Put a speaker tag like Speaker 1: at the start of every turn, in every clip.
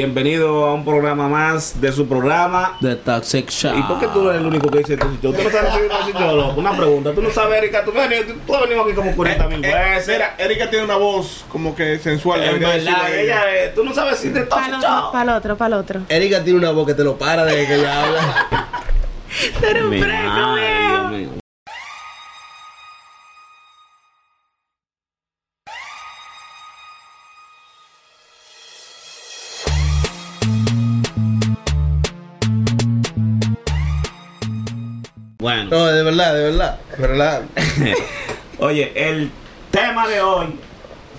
Speaker 1: Bienvenido a un programa más de su programa.
Speaker 2: De Toxic Shop.
Speaker 1: ¿Y por qué tú eres el único que dice toxicholo? Tú no sabes decir toxicholo. Una pregunta. Tú no sabes, Erika. Tú, ven- tú has venido aquí como 40 mil
Speaker 3: Eh,
Speaker 1: veces.
Speaker 3: mira, Erika tiene una voz como que sensual.
Speaker 1: En
Speaker 3: debería decirlo
Speaker 1: verdad, eh.
Speaker 3: a ella.
Speaker 1: ella es. Tú no sabes decir de
Speaker 4: Para el otro,
Speaker 1: toxicholo.
Speaker 4: para el otro, para el otro.
Speaker 5: Erika tiene una voz que te lo para de que ella habla.
Speaker 4: Pero un fresco, viejo.
Speaker 1: Bueno,
Speaker 5: No, de verdad, de verdad. De verdad.
Speaker 1: oye, el tema de hoy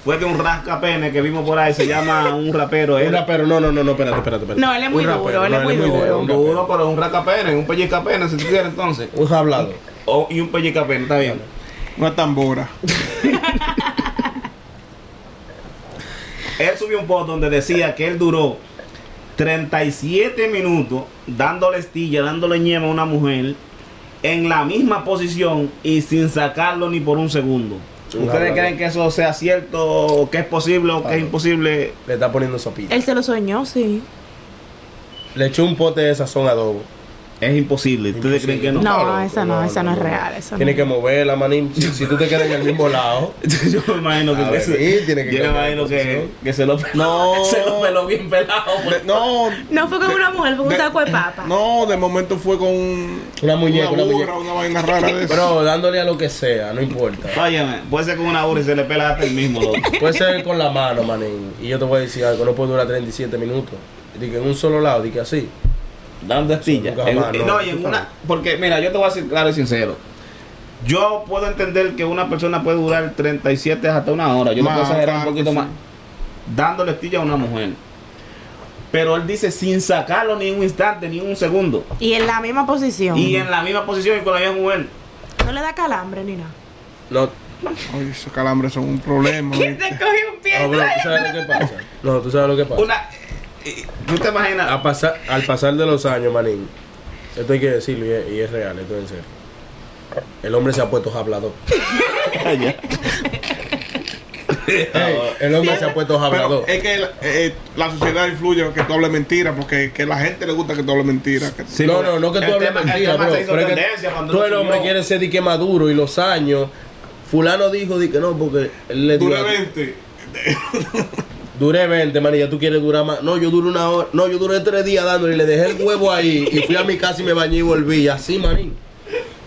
Speaker 1: fue de un rascapene que vimos por ahí. Se llama un rapero.
Speaker 5: Un
Speaker 1: ¿eh?
Speaker 5: rapero, no, no, no, no, espérate, espérate, espérate.
Speaker 4: No, él es muy
Speaker 5: Un
Speaker 4: duro, él
Speaker 5: no,
Speaker 4: es muy
Speaker 1: Un
Speaker 4: duro.
Speaker 1: duro, pero un rascapene, un pellizcapene, si tú quieres entonces.
Speaker 5: Un hablado.
Speaker 1: O- y un pellizcapene, está bien.
Speaker 3: Una tambora.
Speaker 1: Él subió un post donde decía que él duró 37 minutos dándole estilla, dándole ñema a una mujer en la misma posición y sin sacarlo ni por un segundo.
Speaker 5: Chulada,
Speaker 1: ¿Ustedes
Speaker 5: bro.
Speaker 1: creen que eso sea cierto, o que es posible o que es
Speaker 5: Claro.
Speaker 1: imposible?
Speaker 5: Le está poniendo sopita.
Speaker 4: Él se lo soñó, sí.
Speaker 5: Le echó un pote de sazón adobo.
Speaker 1: Es imposible. ¿Ustedes creen que no?
Speaker 4: No,
Speaker 5: loco,
Speaker 4: esa no, esa no es real, esa no.
Speaker 5: Tiene que mover la manín. Si, si tú te quedas en el mismo lado.
Speaker 1: yo me imagino que,
Speaker 5: A ver,
Speaker 1: ese-
Speaker 5: sí, tiene que
Speaker 1: yo me
Speaker 5: cambiar de
Speaker 1: imagino que,
Speaker 5: posición.
Speaker 1: que se lo peló.
Speaker 3: No.
Speaker 1: Se lo peló bien pelado.
Speaker 3: De- no.
Speaker 4: No fue con
Speaker 3: de-
Speaker 4: una mujer, fue con un
Speaker 3: de-
Speaker 4: saco de papa.
Speaker 3: No, de momento fue con un-
Speaker 5: Una muñeca,
Speaker 3: una,
Speaker 5: una
Speaker 3: burra,
Speaker 5: muñeca.
Speaker 3: una vaina rara de eso.
Speaker 5: Bro, dándole a lo que sea, no importa.
Speaker 1: Óyeme, puede ser con una ura y se le pela hasta el mismo loco.
Speaker 5: Puede ser con la mano, manín. Y yo te voy a decir algo, no puede durar 37 minutos. Dice que en un solo lado, dice que así.
Speaker 1: dando estilla.
Speaker 5: Nunca jamás,
Speaker 1: En-
Speaker 5: no,
Speaker 1: no, y en
Speaker 5: nunca
Speaker 1: una,
Speaker 5: jamás.
Speaker 1: porque mira, yo te voy a decir claro y sincero. Yo puedo entender que una persona puede durar 37 hasta una hora. Yo no
Speaker 3: Más,
Speaker 1: puedo exagerar un
Speaker 3: claro que
Speaker 1: poquito
Speaker 3: sí.
Speaker 1: más. Dándole estilla a una mujer. Pero él dice sin sacarlo ni un instante, ni un segundo.
Speaker 4: Y en la misma posición.
Speaker 1: Y en la misma posición y con la misma mujer.
Speaker 4: No le da calambre ni nada.
Speaker 5: No,
Speaker 3: Oye, esos calambres son un problema.
Speaker 4: ¿Quién
Speaker 3: ¿viste?
Speaker 4: te coge un pie?
Speaker 5: no, bro, tú sabes lo que pasa. No, tú sabes lo que pasa.
Speaker 1: Una, eh, ¿Tú te imaginas?
Speaker 5: A pasar, al pasar de los años, manín, esto hay que decirlo y es, y es real, esto es en serio. El hombre se ha puesto hablador. pues, Ey, el hombre se ha puesto
Speaker 3: Pero
Speaker 5: hablador.
Speaker 3: es que la, eh, la sociedad influye que tú hables mentira, porque que a la gente le gusta que tú hables mentira. que-
Speaker 1: Sí,
Speaker 5: no,
Speaker 1: porque
Speaker 5: no, no que tú
Speaker 1: el
Speaker 5: hables
Speaker 1: tema- el
Speaker 5: mentira,
Speaker 1: tema
Speaker 5: bro.
Speaker 1: se hizo
Speaker 5: Pero es que
Speaker 1: tendencia cuando
Speaker 5: tú
Speaker 1: lo
Speaker 5: el hombre
Speaker 1: subió.
Speaker 5: quiere ser de que maduro y los años. Fulano dijo de que no, porque él le
Speaker 3: Dura
Speaker 5: dio-
Speaker 3: 20.
Speaker 5: Duré 20, manilla, tú quieres durar más. No, yo duré una hora. No, yo duré tres días dándole y le dejé el huevo ahí. Y fui a mi casa y me bañé y volví. Y así, manín.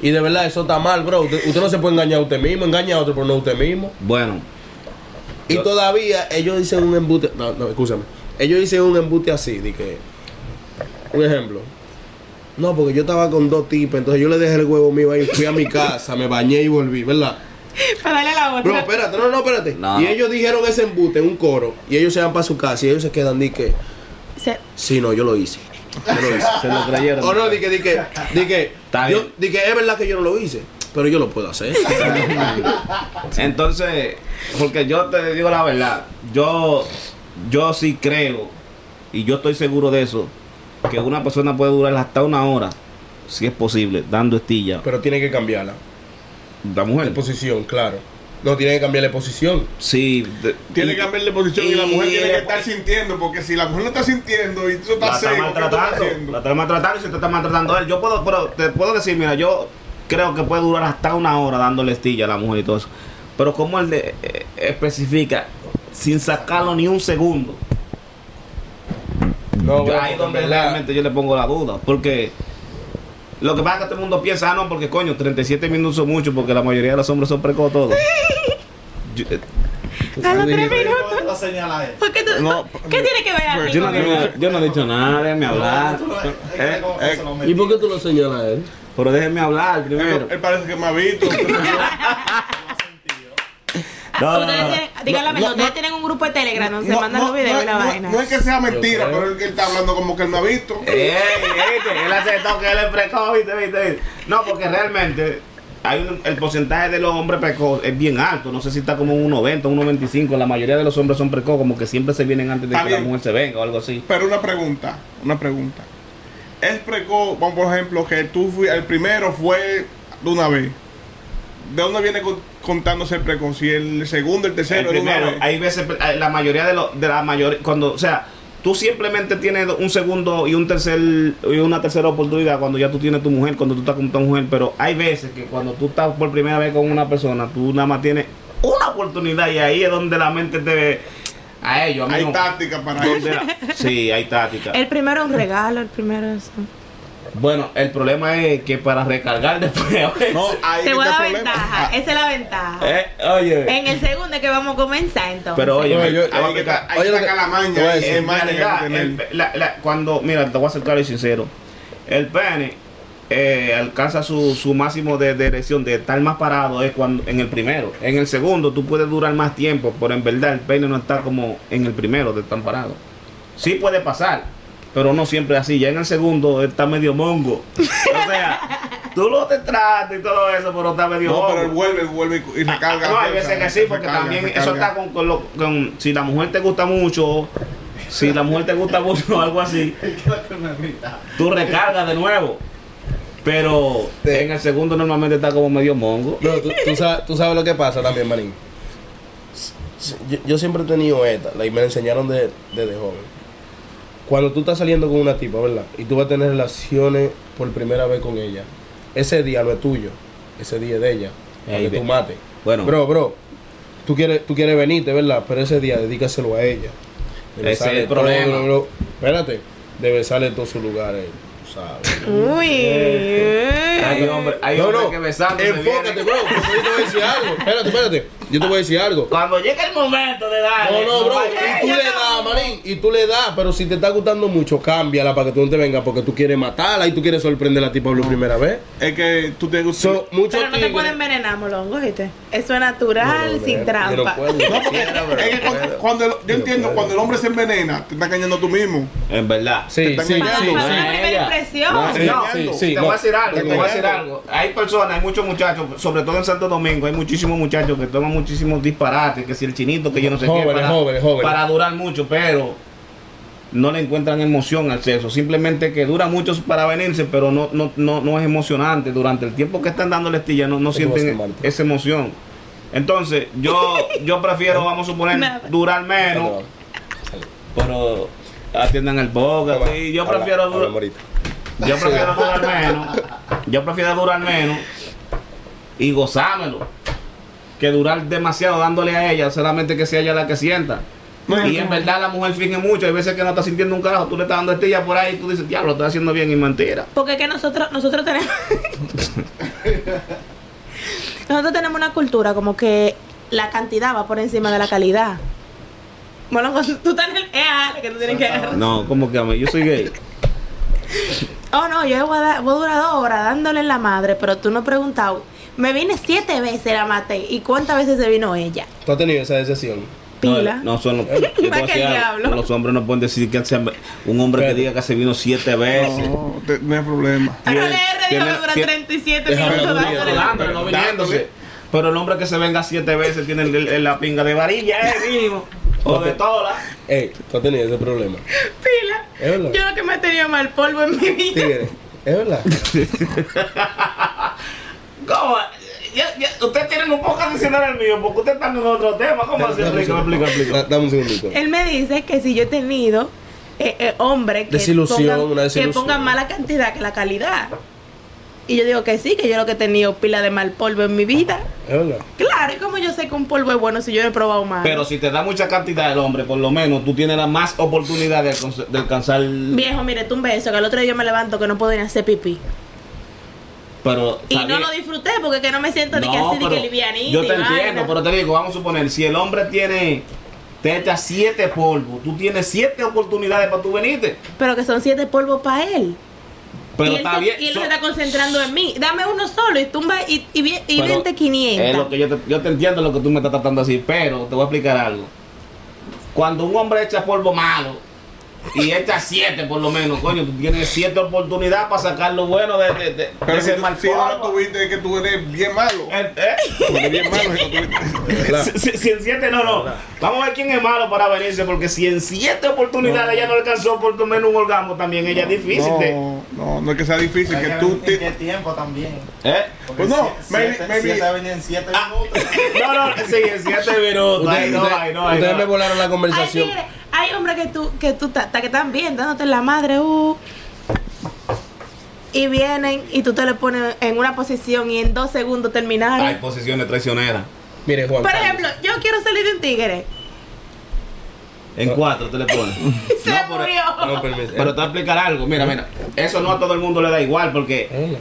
Speaker 5: Y de verdad, eso está mal, bro. Usted, usted no se puede engañar a usted mismo. Engaña a otro, pero no a usted mismo.
Speaker 1: Bueno,
Speaker 5: Y todavía ellos dicen un embute. No, no, escúchame. Ellos dicen un embute así, de que. Un ejemplo. No, porque yo estaba con dos tipos, entonces yo le dejé el huevo mío ahí, fui a mi casa, me bañé y volví, ¿verdad?
Speaker 4: Para darle a la
Speaker 5: Bro,
Speaker 4: otra.
Speaker 5: espérate, no, no, espérate.
Speaker 1: No.
Speaker 5: Y ellos dijeron ese embute en un coro, y ellos se van para su casa, y ellos se quedan, de que.
Speaker 4: Se-
Speaker 5: Sí, no, yo lo hice. Yo lo hice.
Speaker 1: se lo creyeron.
Speaker 5: o no, di que, di que, di que,
Speaker 1: Está
Speaker 5: yo-
Speaker 1: bien.
Speaker 5: di que es verdad que yo no lo hice, pero yo lo puedo hacer.
Speaker 1: Entonces, porque yo te digo la verdad, yo, yo sí creo, y yo estoy seguro de eso, que una persona puede durar hasta una hora, si es posible, dando estilla
Speaker 5: pero tiene que cambiarla.
Speaker 1: la mujer.
Speaker 5: posición, claro. No, tiene que cambiar la posición.
Speaker 1: Sí, de-
Speaker 3: Tiene
Speaker 1: y-
Speaker 3: que cambiar de posición y, la mujer
Speaker 1: y-
Speaker 3: tiene que estar sintiendo, porque si la mujer no está sintiendo y tú
Speaker 1: La
Speaker 3: estás
Speaker 1: está
Speaker 3: seco, ¿qué tú estás
Speaker 1: maltratando, la
Speaker 3: haciendo?
Speaker 1: está maltratando y se te está maltratando a él. Yo puedo, pero te puedo decir, mira, yo creo que puede durar hasta una hora dándole estilla a la mujer y todo eso. Pero como él de- eh, especifica, sin sacarlo ni un segundo.
Speaker 5: No,
Speaker 1: Yo- ahí donde realmente yo le pongo la duda. Porque lo que pasa es que todo el mundo piensa, ah, no, porque coño, 37 minutos son mucho, porque la mayoría de los hombres son precoz todos. Yo, eh,
Speaker 3: Pues,
Speaker 4: A los tres minutos.
Speaker 6: Lo señala él.
Speaker 4: ¿Por qué tú-
Speaker 3: No, pues,
Speaker 4: ¿Qué tiene que ver aquí?
Speaker 1: yo no,
Speaker 4: con eso?
Speaker 1: yo no he dicho nada, déjenme hablar.
Speaker 6: Es que
Speaker 1: Eh,
Speaker 6: como que se lo
Speaker 5: ¿Y
Speaker 6: metió.
Speaker 5: por qué tú lo señalas a él?
Speaker 1: Pero déjenme hablar primero.
Speaker 3: Él, él parece que me ha visto.
Speaker 1: No, no,
Speaker 4: Ah, Ustedes
Speaker 1: no.
Speaker 4: tienen- díganle
Speaker 3: no,
Speaker 4: mejor, ustedes
Speaker 3: no.
Speaker 4: tienen un grupo de Telegram donde se
Speaker 3: No,
Speaker 4: mandan
Speaker 3: no,
Speaker 4: los videos y
Speaker 3: no,
Speaker 4: la
Speaker 3: no,
Speaker 4: vaina.
Speaker 3: No es que sea mentira,
Speaker 5: Yo creo.
Speaker 3: pero es que él está hablando como que él me ha visto.
Speaker 1: Ey, ey, que eh, él aceptó que él es precoz, ¿viste, viste, viste? No, porque realmente hay un- el porcentaje de los hombres precoz es bien alto. No sé si está como un 90, un 95. La mayoría de los hombres son precoz, como que siempre se vienen antes de
Speaker 3: Está
Speaker 1: que la
Speaker 3: bien.
Speaker 1: mujer se venga o algo así.
Speaker 3: Pero una pregunta, una pregunta. Es precoz, vamos por ejemplo, que tú fui, el primero fue de una vez. ¿De dónde viene con- contándose el precoz? Si el segundo, el
Speaker 1: El
Speaker 3: tercero, de una
Speaker 1: primero,
Speaker 3: vez.
Speaker 1: hay veces, eh, la mayoría de los, de la mayor, cuando, o sea, tú simplemente tienes un segundo y un tercer y una tercera oportunidad cuando ya tú tienes tu mujer, cuando tú estás con tu mujer, pero hay veces que cuando tú estás por primera vez con una persona, tú nada más tienes una oportunidad y ahí es donde la mente te a ellos, a mí
Speaker 3: Hay
Speaker 1: no.
Speaker 3: táctica para eso.
Speaker 1: Donde la- sí, hay táctica.
Speaker 4: El primero es un regalo, el primero es.
Speaker 1: Bueno, el problema es que para recargar después. a veces-
Speaker 3: No, ahí
Speaker 4: Te
Speaker 3: está
Speaker 4: voy
Speaker 3: el
Speaker 4: a dar
Speaker 3: problema.
Speaker 4: ventaja.
Speaker 3: Ah,
Speaker 4: Esa es la ventaja.
Speaker 1: Eh, oye.
Speaker 4: En el segundo es que vamos a comenzar entonces.
Speaker 1: Pero oye,
Speaker 5: Oye, yo- eh,
Speaker 1: vamos a
Speaker 3: Hay que,
Speaker 1: aplicar-
Speaker 3: hay que
Speaker 5: Oye, lo que-
Speaker 3: sacar la
Speaker 5: te voy a
Speaker 3: maña.
Speaker 5: decir,
Speaker 3: Es
Speaker 1: en
Speaker 3: maña que hay
Speaker 1: realidad,
Speaker 3: que tener.
Speaker 1: el pe- la- la- cuando, mira, te voy a ser claro y sincero. El pene eh, alcanza su, su máximo de, de erección, de estar más parado, es cuando en el primero. En el segundo tú puedes durar más tiempo, pero en verdad el pene no está como en el primero de tan parado. Sí puede pasar, pero no siempre así. Ya en el segundo está medio mongo. O sea, tú lo te tratas y todo eso, pero está medio
Speaker 3: No,
Speaker 1: mongo.
Speaker 3: pero él vuelve, él vuelve y- y recarga.
Speaker 1: Ah, No, hay
Speaker 3: fuerza,
Speaker 1: veces que sí, porque
Speaker 3: recarga,
Speaker 1: también
Speaker 3: recarga.
Speaker 1: eso está con, con, lo- con- si la mujer te gusta mucho, si la mujer te gusta mucho o algo así, tú recargas de nuevo. Pero en el segundo normalmente está como medio mongo.
Speaker 5: Bro, tú, tú sabes, tú sabes lo que pasa también, Marín. S- s- Yo, yo siempre he tenido esta, la- y me la enseñaron de- desde joven. Cuando tú estás saliendo con una tipa, ¿verdad? Y tú vas a tener relaciones por primera vez con ella, ese día no es tuyo, ese día es de ella, para
Speaker 1: Ey,
Speaker 5: que
Speaker 1: ve-
Speaker 5: tú mates.
Speaker 1: bueno.
Speaker 5: bro, bro, tú quieres, tú quieres venirte, ¿verdad? Pero ese día dedícaselo a ella.
Speaker 1: Ese
Speaker 5: Debe
Speaker 1: es
Speaker 5: salir
Speaker 1: el problema.
Speaker 5: Espérate, debe salir en todos sus lugares, tú ¿sabes?
Speaker 4: Uy.
Speaker 1: Hay hombre, hay
Speaker 5: No,
Speaker 1: hombre
Speaker 5: no,
Speaker 1: que besándose
Speaker 5: Enfócate,
Speaker 1: viene.
Speaker 5: bro, porque yo te voy a decir algo. Espérate, espérate. Yo te voy a decir algo.
Speaker 1: Cuando llega el momento de
Speaker 5: No,
Speaker 1: darle,
Speaker 5: no, bro.
Speaker 1: vaya-
Speaker 5: Y tú le das, manín. Y tú le das, pero si te está gustando mucho, cámbiala para que tú no te vengas porque tú quieres matarla y tú quieres sorprender a la tipa por primera vez.
Speaker 3: Es que tú te gusta.
Speaker 5: Son muchos
Speaker 4: Pero no te
Speaker 5: tigres-
Speaker 4: pueden envenenar, molongo, ¿viste? Eso
Speaker 5: No,
Speaker 4: es natural,
Speaker 5: no,
Speaker 4: sin
Speaker 5: yo no
Speaker 4: trampa.
Speaker 5: puedo, yo no quiero, bro.
Speaker 3: Es que cuando, cuando el- yo entiendo,
Speaker 5: puedo.
Speaker 3: cuando el hombre se envenena, te está engañando tú mismo.
Speaker 1: En verdad.
Speaker 5: Sí,
Speaker 3: están
Speaker 5: sí,
Speaker 4: Para,
Speaker 5: sí.
Speaker 4: para
Speaker 1: sí.
Speaker 4: una primera
Speaker 1: Ella.
Speaker 4: impresión.
Speaker 5: No,
Speaker 1: No,
Speaker 5: sí,
Speaker 1: Fernando,
Speaker 5: sí,
Speaker 1: te
Speaker 5: no.
Speaker 1: voy a decir algo,
Speaker 5: Te
Speaker 1: te voy a decir
Speaker 3: entiendo.
Speaker 1: algo. Hay personas, hay muchos muchachos, sobre todo en Santo Domingo, hay muchísimos muchachos que toman muchísimos disparates, que si el chinito, que yo no sé qué,
Speaker 5: Jóvenes,
Speaker 1: para,
Speaker 5: jóvenes, jóvenes.
Speaker 1: para durar mucho, pero no le encuentran emoción al sexo. Simplemente que dura mucho para venirse, pero no, no, no, no es emocionante. Durante el tiempo que están dando la estilla, no, no
Speaker 5: Eso va a
Speaker 1: sienten
Speaker 5: ser mal.
Speaker 1: esa emoción. Entonces, yo, yo prefiero, vamos a suponer,
Speaker 4: Nada.
Speaker 1: durar menos,
Speaker 5: Perdón.
Speaker 1: pero atiendan el boca.
Speaker 5: Habla,
Speaker 1: sí. Yo
Speaker 5: habla,
Speaker 1: prefiero
Speaker 5: habla,
Speaker 1: durar.
Speaker 5: morita.
Speaker 1: Yo prefiero durar menos. Yo prefiero durar menos y gozármelo. Que durar demasiado dándole a ella, solamente que sea ella la que sienta.
Speaker 3: No,
Speaker 1: y en verdad la mujer finge mucho. Hay veces que no está sintiendo un carajo. Tú le estás dando estilla por ahí y tú dices, diablo, lo estoy haciendo bien y mentira.
Speaker 4: Porque es que nosotros, nosotros tenemos. nosotros tenemos una cultura como que la cantidad va por encima de la calidad. Molongo, tú estás en el EA que tú tienes que agarrar.
Speaker 1: No, como que a mí, yo soy gay.
Speaker 4: Oh, no, yo voy a, dar- voy a durar dos horas dándole en la madre, pero tú no has preguntado. Me vine siete veces la maté. ¿Y cuántas veces se vino ella?
Speaker 5: Tú has tenido esa decepción.
Speaker 4: Pila.
Speaker 1: No, no son los,
Speaker 4: que el diablo.
Speaker 1: los hombres no pueden decir que se- un hombre que
Speaker 5: Pero-
Speaker 1: diga que se vino siete veces.
Speaker 3: No, te- no hay problema.
Speaker 4: Pero
Speaker 1: Tiene-
Speaker 4: le dijo
Speaker 1: tiene-
Speaker 4: que dura
Speaker 1: tiene-
Speaker 4: 37
Speaker 5: déjame
Speaker 4: minutos
Speaker 5: la
Speaker 1: Dándole,
Speaker 4: dándole.
Speaker 1: dándole, no viniéndose. Pero el hombre que se venga siete veces tiene el- el- la pinga de varilla, eh, mínimo. O de tola.
Speaker 5: Ey, tú has tenido ese problema.
Speaker 4: Pila.
Speaker 5: Es verdad.
Speaker 4: Yo lo que me he tenido mal polvo en mi vida.
Speaker 5: Tigre. Es verdad.
Speaker 1: ¿Cómo? Ya- ya- Ustedes tienen un poco adicional al mío, porque ustedes están en otro tema. ¿Cómo así?
Speaker 5: Dame un
Speaker 1: Explícame,
Speaker 5: segundo.
Speaker 1: explícame, explícame.
Speaker 5: Da- Dame un segundito.
Speaker 4: Él me dice que si yo he tenido eh, eh, hombres que,
Speaker 5: Desilusión,
Speaker 4: pongan,
Speaker 5: una desilusión.
Speaker 4: que pongan más la cantidad que la calidad. Y yo digo que sí, que yo lo que he tenido pila de mal polvo en mi vida.
Speaker 5: Es verdad.
Speaker 4: Claro, ¿y cómo yo sé que un polvo es bueno si yo no he probado más?
Speaker 1: Pero si te da mucha cantidad el hombre, por lo menos tú tienes la más oportunidad de, alcanz- de alcanzar.
Speaker 4: Viejo, mire, tú un beso, que al otro día yo me levanto que no puedo ni hacer pipí.
Speaker 1: Pero.
Speaker 4: Y
Speaker 1: está
Speaker 4: no
Speaker 1: bien.
Speaker 4: lo disfruté porque que no me siento ni que
Speaker 1: No,
Speaker 4: así, ni que
Speaker 1: pero
Speaker 4: livianito.
Speaker 1: Yo
Speaker 4: y
Speaker 1: te entiendo,
Speaker 4: vaina.
Speaker 1: pero te digo, vamos a suponer, si el hombre tiene. Te echa siete polvos, tú tienes siete oportunidades para tú venirte.
Speaker 4: Pero que son siete polvos para él.
Speaker 1: Pero
Speaker 4: y él,
Speaker 1: está
Speaker 4: se,
Speaker 1: bien.
Speaker 4: y él
Speaker 1: so-
Speaker 4: se está concentrando en mí. Dame uno solo y tumba y, y, vi- y
Speaker 1: Pero
Speaker 4: vente 500.
Speaker 1: Es lo que yo, te, yo te entiendo lo que tú me estás tratando de decir, pero te voy a explicar algo. Cuando un hombre echa polvo malo y echa siete por lo menos, coño, tú tienes siete oportunidades para sacar lo bueno de, de, de- de
Speaker 3: Pero si,
Speaker 1: ese
Speaker 3: tú-
Speaker 1: mal
Speaker 3: si no lo
Speaker 1: polvo.
Speaker 3: tuviste, es que tú eres bien malo.
Speaker 1: Eh, eh,
Speaker 3: Tú eres bien malo si no tuviste.
Speaker 5: ¿Verdad?
Speaker 1: si- si- si en siete no, no. Vamos a ver quién es malo para venirse, porque si en siete oportunidades ella no alcanzó por lo menos un orgasmo, también ella es difícil. de-
Speaker 3: No, no, no es que sea difícil,
Speaker 2: Hay
Speaker 3: que
Speaker 2: que
Speaker 3: tú
Speaker 2: ver en
Speaker 3: te.
Speaker 2: qué tiempo también.
Speaker 1: ¿Eh?
Speaker 2: Porque
Speaker 3: Pues no,
Speaker 2: si-
Speaker 3: maybe-
Speaker 2: siete-
Speaker 3: maybe-
Speaker 2: siete venía en siete
Speaker 1: Ah.
Speaker 2: minutos.
Speaker 1: No, no, sí, en siete minutos.
Speaker 5: Ustedes,
Speaker 1: Ay, no,
Speaker 5: ustedes-
Speaker 1: ay, no, ay,
Speaker 5: ustedes
Speaker 1: no.
Speaker 5: me volaron la
Speaker 4: Ay,
Speaker 5: conversación.
Speaker 4: tigre, ay, hay hombres que tú, que tú, ta- ta- que están bien, dándote la madre, uh, y vienen y tú te le pones en una posición y en dos segundos terminaron.
Speaker 1: Hay posiciones traicioneras.
Speaker 5: Mire, Juan.
Speaker 4: Por
Speaker 5: Carlos.
Speaker 4: ejemplo, yo quiero salir de un tigre.
Speaker 1: En cuatro te le pones.
Speaker 4: Se
Speaker 1: No, pero-
Speaker 4: murió.
Speaker 5: No, permiso.
Speaker 1: Pero te voy a explicar algo. Mira, mira. Eso no a todo el mundo le da igual porque.
Speaker 5: Eh,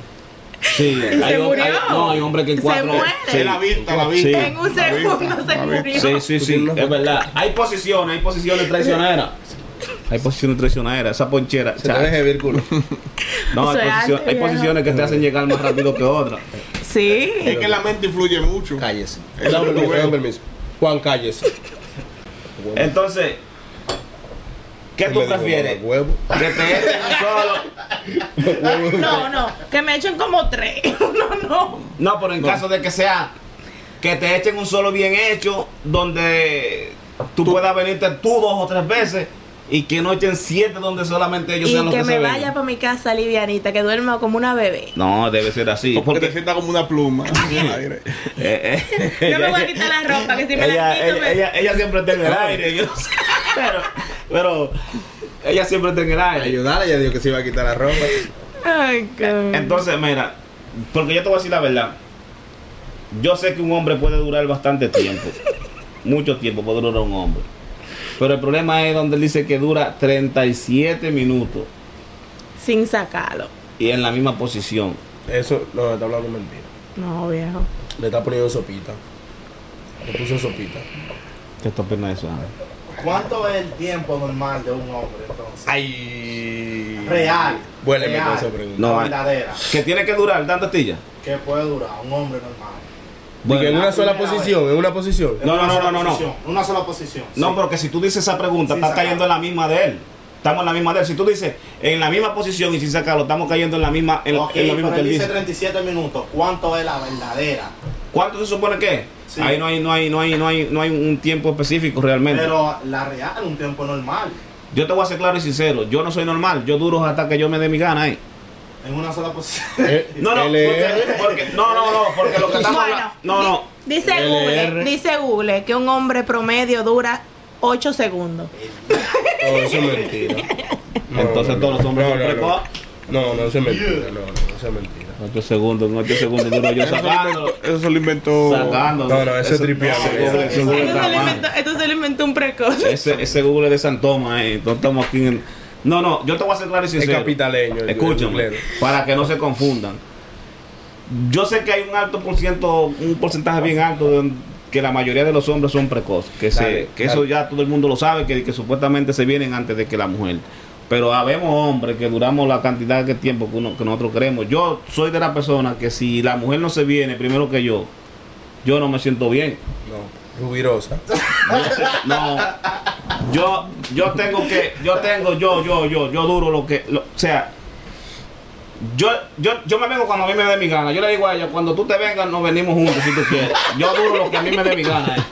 Speaker 1: Sí,
Speaker 4: se
Speaker 1: hay, hom-
Speaker 4: murió.
Speaker 1: hay- no, hay hombres que en
Speaker 4: Se
Speaker 1: cuatro.
Speaker 4: muere.
Speaker 1: Sí.
Speaker 3: Es la vista, la
Speaker 1: Sí.
Speaker 3: vista.
Speaker 4: En un
Speaker 3: la
Speaker 4: segundo
Speaker 3: vista,
Speaker 4: se
Speaker 3: la vista.
Speaker 4: murió.
Speaker 1: Sí, sí,
Speaker 5: Tú
Speaker 1: sí,
Speaker 5: tienes una-
Speaker 1: es verdad. Hay posiciones, hay posiciones traicioneras. Hay posiciones traicioneras, esa ponchera.
Speaker 5: Se te deje ver culo.
Speaker 1: No, hay,
Speaker 4: Eso es
Speaker 1: posicio-
Speaker 4: arte,
Speaker 1: hay
Speaker 4: viejo.
Speaker 1: posiciones que te hacen llegar más rápido que otras.
Speaker 4: Sí.
Speaker 3: Es que la mente influye mucho.
Speaker 5: Cállese.
Speaker 3: Eso
Speaker 5: Dame
Speaker 3: tú
Speaker 5: permiso,
Speaker 3: ves.
Speaker 5: dame permiso. Juan, cállese.
Speaker 1: Entonces, ¿qué tú
Speaker 5: Le digo,
Speaker 1: prefieres?
Speaker 5: mamá, Huevo.
Speaker 1: Que te echen un solo.
Speaker 4: No, no, que me echen como tres. No, no.
Speaker 1: No, pero en caso de que sea que te echen un solo bien hecho, donde tú, puedas venirte tú dos o tres veces y que no echen siete donde solamente ellos
Speaker 4: Y
Speaker 1: sean los
Speaker 4: que,
Speaker 1: que,
Speaker 4: me
Speaker 1: se
Speaker 4: vaya
Speaker 1: vengan.
Speaker 4: para mi casa livianita, que duerma como una bebé.
Speaker 1: No, debe ser así.
Speaker 3: Porque te
Speaker 1: Porque,
Speaker 3: sienta como una pluma. en el aire.
Speaker 1: eh, eh,
Speaker 4: Yo me voy a quitar la ropa, que si me la
Speaker 1: ella,
Speaker 4: quito
Speaker 1: ella,
Speaker 4: me...
Speaker 1: ella- ella siempre está en el aire, yo no eh. sé, pero, pero ella siempre está en el aire.
Speaker 5: Ayudarle, ella dijo que se iba a quitar la ropa.
Speaker 4: Ay, God.
Speaker 1: Entonces, mira, porque yo te voy a decir la verdad. Yo sé que un hombre puede durar bastante tiempo. Mucho tiempo puede durar un hombre. Pero el problema es donde él dice que dura 37 minutos
Speaker 4: Sin sacarlo.
Speaker 1: y en la misma posición.
Speaker 5: Eso, no, está hablando mentira.
Speaker 4: No, viejo.
Speaker 5: Le está poniendo sopita. Le puso sopita.
Speaker 1: ¿Qué está pena eso? Ana?
Speaker 2: ¿Cuánto es el tiempo normal de un hombre entonces?
Speaker 5: Ay.
Speaker 2: Real.
Speaker 5: Vuéleme
Speaker 2: real,
Speaker 5: con esa pregunta.
Speaker 1: No, eh.
Speaker 2: la
Speaker 1: hay-
Speaker 2: verdadera.
Speaker 1: Que tiene que durar tantas tillas.
Speaker 2: ¿Qué puede durar un hombre normal?
Speaker 5: Digo, en
Speaker 1: Bueno,
Speaker 5: una sola
Speaker 2: primera
Speaker 5: posición, en una posición.
Speaker 1: No, no,
Speaker 2: Una
Speaker 1: no,
Speaker 2: sola
Speaker 1: no, no, no.
Speaker 2: posición, Una sola posición.
Speaker 1: No,
Speaker 2: sí.
Speaker 1: porque si tú dices esa pregunta,
Speaker 2: Sin
Speaker 1: estás
Speaker 2: sacarlo.
Speaker 1: cayendo en la misma de él. Estamos en la misma de él. Si tú dices en la misma posición y sin sacarlo, estamos cayendo en la misma, en,
Speaker 2: Ok,
Speaker 1: en lo mismo
Speaker 2: pero
Speaker 1: que él dice.
Speaker 2: 37 minutos. ¿Cuánto es la verdadera?
Speaker 1: ¿Cuánto se supone que? es?
Speaker 2: Sí.
Speaker 1: Ahí no hay, no hay, no hay, no hay, no hay un tiempo específico realmente.
Speaker 2: Pero la real, un tiempo normal.
Speaker 1: yo te voy a ser claro y sincero, yo no soy normal, yo duro hasta que yo me dé mi gana, eh.
Speaker 2: En una sola posición.
Speaker 5: Eh,
Speaker 1: No, no,
Speaker 5: LR.
Speaker 1: porque, porque- no, no, no, porque lo que estamos
Speaker 4: Bueno.
Speaker 1: hablando. No, no.
Speaker 4: Dice
Speaker 5: LR.
Speaker 4: Google, dice Google que un hombre promedio dura 8 segundos.
Speaker 5: No, eso es mentira. No,
Speaker 1: Entonces
Speaker 5: no,
Speaker 1: todos los hombres
Speaker 5: no,
Speaker 1: son
Speaker 5: no, no.
Speaker 1: precoz.
Speaker 5: No, no, eso es mentira. No, no, eso es mentira.
Speaker 1: Ocho segundos, en ocho segundos duro yo
Speaker 3: Eso, lo
Speaker 1: sacando.
Speaker 3: inventó, eso lo inventó.
Speaker 1: Sacando.
Speaker 5: No, no, ese es tripeado.
Speaker 1: ese Google- ese Google
Speaker 4: Esto
Speaker 1: está
Speaker 4: se, lo
Speaker 1: mal.
Speaker 4: inventó, esto se lo inventó un precoz.
Speaker 1: Ese, ese Google de Santoma, eh. No estamos aquí en. No, no, yo te voy a ser claro y sincero.
Speaker 5: capitaleño, el- el
Speaker 1: Escúchame,
Speaker 5: googlero.
Speaker 1: para que no se confundan. Yo sé que hay un alto por ciento, un porcentaje bien alto de que la mayoría de los hombres son precoces. Que, se-
Speaker 5: Dale,
Speaker 1: que
Speaker 5: dale.
Speaker 1: eso ya todo el mundo lo sabe, que, que supuestamente se vienen antes de que la mujer. Pero habemos hombres que duramos la cantidad de tiempo que, uno- que nosotros queremos. Yo soy de la persona que si la mujer no se viene primero que yo, yo no me siento bien.
Speaker 5: No, rubirosa.
Speaker 1: No. Yo, yo tengo que, yo tengo, yo, yo, yo, yo duro lo que, lo- o sea, yo, yo, yo me vengo cuando a mí me dé mi gana. Yo le digo a ella, cuando tú te vengas, nos venimos juntos si tú quieres. Yo duro lo que a mí me dé mi gana. eh.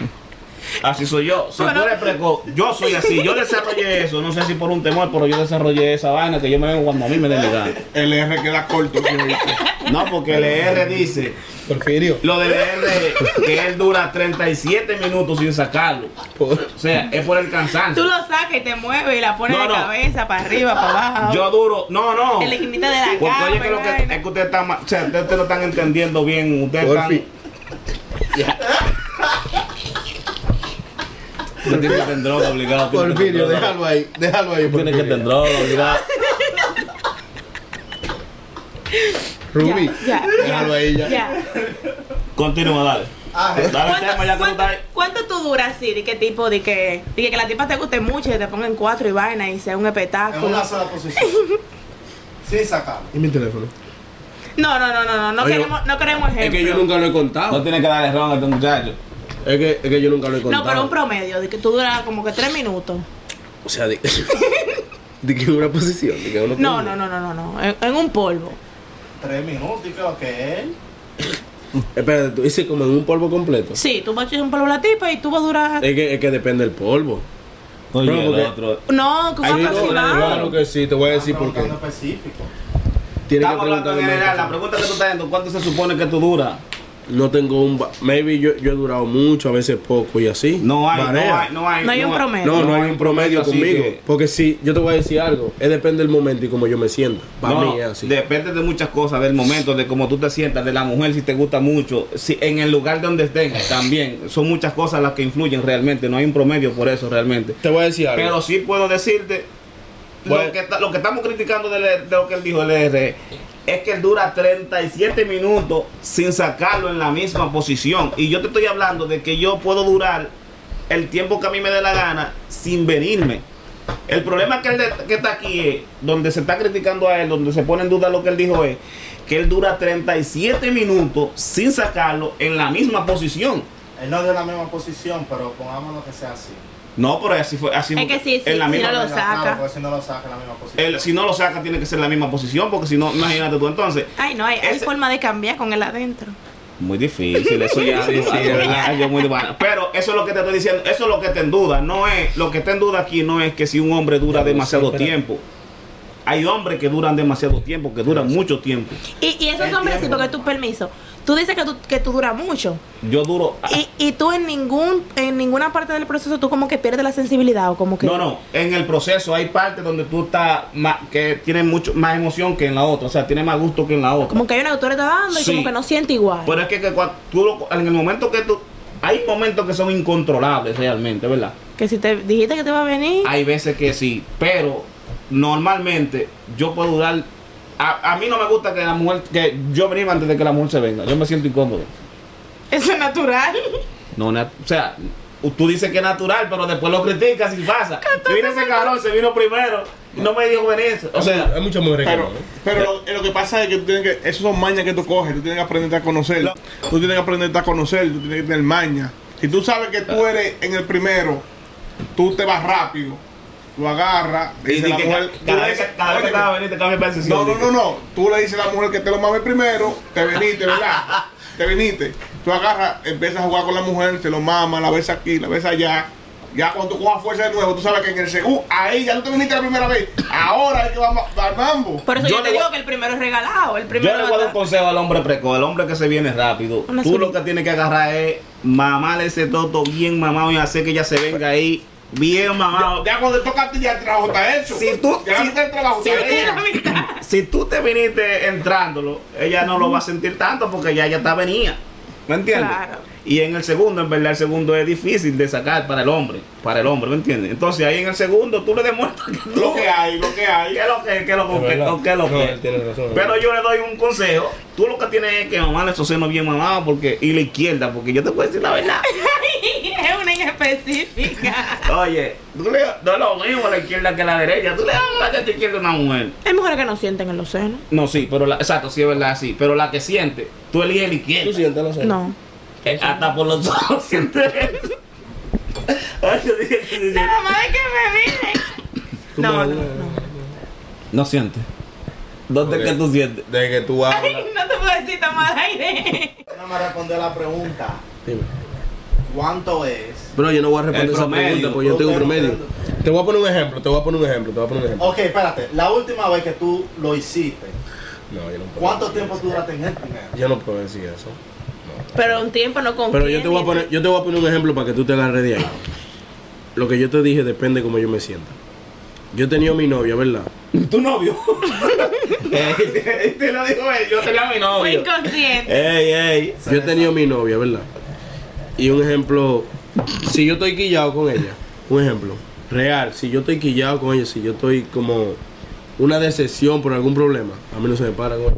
Speaker 1: Así soy yo. Si tú eres precoz, yo soy así. Yo desarrollé eso. No sé si por un temor, pero yo desarrollé esa vaina que yo me vengo cuando a mí me dé mi gana.
Speaker 3: El R queda corto. ¿sí?
Speaker 1: No, porque el ER dice,
Speaker 5: Porfirio.
Speaker 1: lo del ER, que él dura 37 minutos sin sacarlo.
Speaker 5: Por-
Speaker 1: O sea, es por el cansancio.
Speaker 4: Tú lo sacas y te mueves y la pones
Speaker 1: No,
Speaker 4: de
Speaker 1: no.
Speaker 4: cabeza, para arriba, para abajo.
Speaker 1: Yo duro, no, no.
Speaker 4: el equinita de la
Speaker 1: Porque
Speaker 4: cama.
Speaker 1: oye que lo
Speaker 4: y
Speaker 1: que
Speaker 4: vaina.
Speaker 1: es que ustedes están, ma- o sea, ustedes ustedes no están entendiendo bien, ustedes
Speaker 5: Porfi.
Speaker 1: están Tú tienes que tener droga obligado. tú tienes que
Speaker 5: Porfirio,
Speaker 1: tener droga.
Speaker 5: déjalo ahí. Déjalo ahí,
Speaker 1: Tú Tienes que tener
Speaker 5: Porfirio.
Speaker 1: droga obligado.
Speaker 5: Rubí.
Speaker 4: Ya, ya,
Speaker 5: Déjalo ahí ya.
Speaker 1: Continúa, dale.
Speaker 2: Ah,
Speaker 1: Dale
Speaker 4: ¿Cuánto,
Speaker 1: tema, ya que tú
Speaker 4: cuánto-
Speaker 1: estás.
Speaker 4: cuánto tú duras así? ¿De qué tipo? ¿De que, de que la tipa te guste mucho y te pongan cuatro y vaina y sea un
Speaker 2: en
Speaker 4: espectáculo?
Speaker 2: una sola posición. Sin sacarlo.
Speaker 5: ¿Y mi teléfono?
Speaker 4: No, no, no, no, no, no
Speaker 5: Oye,
Speaker 4: queremos, no queremos ejemplo.
Speaker 5: Es que yo nunca lo he contado.
Speaker 1: No tienes que darle ron a este muchacho.
Speaker 5: Es que, es que yo nunca lo he contado.
Speaker 4: No, pero un promedio, de que tú duras como que tres minutos.
Speaker 5: O sea, de, de que una posición. De que uno
Speaker 4: No, no, no, no, no, no. En, en un polvo.
Speaker 2: Tres minutos y creo que él.
Speaker 5: Espérate, tú dices como en un polvo completo.
Speaker 4: Sí, tú vas a echar un polvo a la tipa y tú vas a durar.
Speaker 5: Es que, es que depende del polvo.
Speaker 1: Oye,
Speaker 5: Pero
Speaker 1: el
Speaker 5: porque-
Speaker 1: otro.
Speaker 4: No, que
Speaker 1: Ay,
Speaker 4: vas
Speaker 1: yo-
Speaker 4: aproximado.
Speaker 5: Claro que sí, te voy a decir por qué.
Speaker 2: preguntando específico.
Speaker 5: Tienes que
Speaker 1: Estamos hablando en
Speaker 5: preguntarme.
Speaker 1: general. La pregunta que tú estás haciendo, ¿cuánto se supone que tú duras?
Speaker 5: No tengo un. ba- Maybe yo, yo he durado mucho, a veces poco y así.
Speaker 1: No hay, no
Speaker 5: Varía.
Speaker 1: hay, no hay.
Speaker 4: No hay un promedio.
Speaker 5: No, no, hay un promedio
Speaker 1: así
Speaker 5: conmigo.
Speaker 1: que-
Speaker 5: Porque si, yo te voy a decir algo, es depende del momento y cómo yo me sienta. Para
Speaker 1: No,
Speaker 5: mí eh, es así.
Speaker 1: depende de muchas cosas, del momento, de cómo tú te sientas, de la mujer, si te gusta mucho, si en el lugar donde estés también. Son muchas cosas las que influyen realmente, no hay un promedio por eso realmente.
Speaker 5: Te voy a decir algo.
Speaker 1: Pero sí puedo decirte,
Speaker 5: Bueno.
Speaker 1: lo, que está- lo que estamos criticando de, le- de lo que él dijo, LR, es que él dura 37 minutos sin sacarlo en la misma posición. Y yo te estoy hablando de que yo puedo durar el tiempo que a mí me dé la gana sin venirme. El problema que, él de- que está aquí es, donde se está criticando a él, donde se pone en duda lo que él dijo es, que él dura 37 minutos sin sacarlo en la misma posición.
Speaker 2: Él no es de la misma posición, pero pongámonos que sea así.
Speaker 1: No, pero así fue. Así
Speaker 4: Es que
Speaker 1: fue,
Speaker 4: sí, sí,
Speaker 1: en la
Speaker 4: sí,
Speaker 1: misma
Speaker 4: no lo
Speaker 2: Claro,
Speaker 4: saca.
Speaker 2: porque si no lo saca en la misma posición.
Speaker 1: El- si no lo saca, tiene que ser la misma posición, porque si no, imagínate tú entonces.
Speaker 4: Ay, no, hay, hay
Speaker 1: Ese-
Speaker 4: forma de cambiar con el adentro.
Speaker 1: Muy difícil, eso ya
Speaker 3: Sí, sí,
Speaker 1: algo- algo,
Speaker 3: es verdad.
Speaker 1: algo muy bueno. Pero eso es lo que te estoy diciendo, eso es lo que está en duda. No es, lo que está en duda aquí no es que si un hombre dura
Speaker 5: Ya, pero
Speaker 1: demasiado
Speaker 5: sí, espera.
Speaker 1: tiempo. Hay hombres que duran demasiado tiempo, que duran mucho tiempo.
Speaker 4: Y, y esos
Speaker 2: El
Speaker 4: hombres, sí,
Speaker 2: tiempo.
Speaker 4: porque tu permiso. Tú dices que tú, que tú duras mucho.
Speaker 1: Yo duro. ah,
Speaker 4: Y, y tú en ningún en ninguna parte del proceso tú como que pierdes la sensibilidad o como que
Speaker 1: No, no, en el proceso hay partes donde tú estás más, que tienes mucho más emoción que en la otra, o sea, tienes más gusto que en la otra.
Speaker 4: como que hay una que tú le estás dando y
Speaker 1: Sí.
Speaker 4: como que no siente igual.
Speaker 1: Pero es que, que cuando tú lo- en el momento que tú hay momentos que son incontrolables realmente, ¿verdad?
Speaker 5: e-
Speaker 4: que si te dijiste que te va a venir,
Speaker 1: Hay veces que sí, pero normalmente yo puedo durar. A, a mí no me gusta que la mujer, que yo venga antes de que la mujer se venga. Yo me siento incómodo.
Speaker 4: eso es natural.
Speaker 1: No, na- o sea, tú dices que es natural, pero después lo criticas y pasa. Mira ese cabrón, se vino primero, no me dijo venir. O sea,
Speaker 5: hay muchas mujeres
Speaker 3: Pero, pero lo, lo que pasa es que tú tienes que. Esos son mañas que tú coges. Tú tienes que aprenderte a conocer. Tú tienes que aprenderte a conocer. Tú tienes que tener maña. Si tú sabes que tú eres en el primero, tú te vas rápido. Tú agarras.
Speaker 1: y
Speaker 3: dices
Speaker 1: di
Speaker 3: la
Speaker 1: que
Speaker 3: mujer,
Speaker 1: ca-
Speaker 3: tú
Speaker 1: cada
Speaker 3: le
Speaker 1: vez
Speaker 3: dices,
Speaker 1: que cada vez que te va a
Speaker 3: "Óyeme,
Speaker 1: venir, te cambia de decisión.
Speaker 3: No, no, no, no. Tú le dices a la mujer que te lo mames primero, te veniste, ¿verdad? te veniste. Tú agarras, empiezas a jugar con la mujer, te lo mamas, la ves aquí, la ves allá. Ya cuando tú cojas fuerza de nuevo, tú sabes que en el segundo, ahí ya no te viniste la primera vez. Ahora es que vamos a dar mambo.
Speaker 4: Por eso
Speaker 1: Yo
Speaker 4: yo,
Speaker 1: le
Speaker 4: te
Speaker 1: voy-
Speaker 4: digo que el primero es regalado, el
Speaker 1: Yo
Speaker 4: primero
Speaker 1: le voy a dar un
Speaker 4: está-
Speaker 1: consejo al hombre precoz, el hombre que se viene rápido.
Speaker 4: Una
Speaker 1: Tú
Speaker 4: solita.
Speaker 1: lo que tienes que agarrar es mamar ese toto bien mamado y hacer que ella se venga ahí bien mamado.
Speaker 3: Ya cuando te toca a ti, ya el trabajo está hecho.
Speaker 1: Si tú-
Speaker 3: ya
Speaker 1: si-
Speaker 3: está el trabajo
Speaker 1: si
Speaker 3: está
Speaker 1: tú-
Speaker 3: hecho.
Speaker 4: Mira, mira.
Speaker 1: Si tú te viniste entrándolo, ella no lo va a sentir tanto porque ya ya está venía. ¿Me entiendes?
Speaker 4: Claro.
Speaker 1: Y en el segundo, en verdad, el segundo es difícil de sacar para el hombre. Para el hombre, ¿me entiendes? Entonces ahí en el segundo tú le demuestras que tú-
Speaker 3: Lo que hay, lo que hay.
Speaker 1: ¿Qué es lo que, qué es lo que, qué es lo que? Pero yo le doy un consejo. Tú lo que tienes es que mamar esos senos bien mamados porque, y la izquierda, porque yo te puedo decir la verdad.
Speaker 4: es una en específica.
Speaker 1: Oye, tú le, no es lo mismo la izquierda que la derecha. Tú le das la derecha izquierda a una mujer.
Speaker 4: Hay mujeres que no sienten en los senos.
Speaker 1: No, sí, pero la, exacto, sí es verdad, sí. Pero la que siente, tú eliges la
Speaker 5: ¿Tú
Speaker 1: izquierda.
Speaker 5: sientes los senos?
Speaker 4: No.
Speaker 1: Eh, hasta por los ojos sientes eso. Ay, yo dije, sí, sí, sí.
Speaker 4: más de que me miren.
Speaker 5: Tú
Speaker 4: No,
Speaker 5: me-
Speaker 4: no, no.
Speaker 1: No siente. ¿Dónde
Speaker 5: Ok.
Speaker 1: es que tú sientes?
Speaker 5: De que tú hablas.
Speaker 4: Ay, no te puedo decir tomar aire.
Speaker 2: No me respondió la pregunta.
Speaker 5: Dime.
Speaker 2: ¿Cuánto es?
Speaker 5: Bro, yo no voy a responder
Speaker 1: El
Speaker 5: esa
Speaker 1: promedio.
Speaker 5: pregunta porque yo tengo un promedio. Te voy a poner un ejemplo, te voy a poner un ejemplo, te voy a poner un
Speaker 1: Oh,
Speaker 5: ejemplo.
Speaker 2: Ok, espérate. La última vez que tú lo hiciste,
Speaker 5: No, yo no puedo.
Speaker 2: ¿cuánto
Speaker 5: decir
Speaker 2: tiempo
Speaker 5: eso.
Speaker 2: tú duraste en el primero?
Speaker 5: Yo no puedo decir eso.
Speaker 4: Pero un tiempo no confía.
Speaker 5: Pero yo te voy a poner, yo te voy a poner un ejemplo para que tú te agarres de ahí. Lo que yo te dije depende cómo yo me sienta. Yo he tenido mi novia, ¿verdad?
Speaker 1: ¿Tu novio? Eh, te lo digo él, yo tenía a mi
Speaker 4: Fue
Speaker 1: novio.
Speaker 4: inconsciente.
Speaker 1: Ey, ey.
Speaker 5: Yo he tenido mi novia, ¿verdad? Y un ejemplo, si yo estoy quillado con ella, un ejemplo, real, si yo estoy quillado con ella, si yo estoy como una decepción por algún problema, a mí no se me para con ella.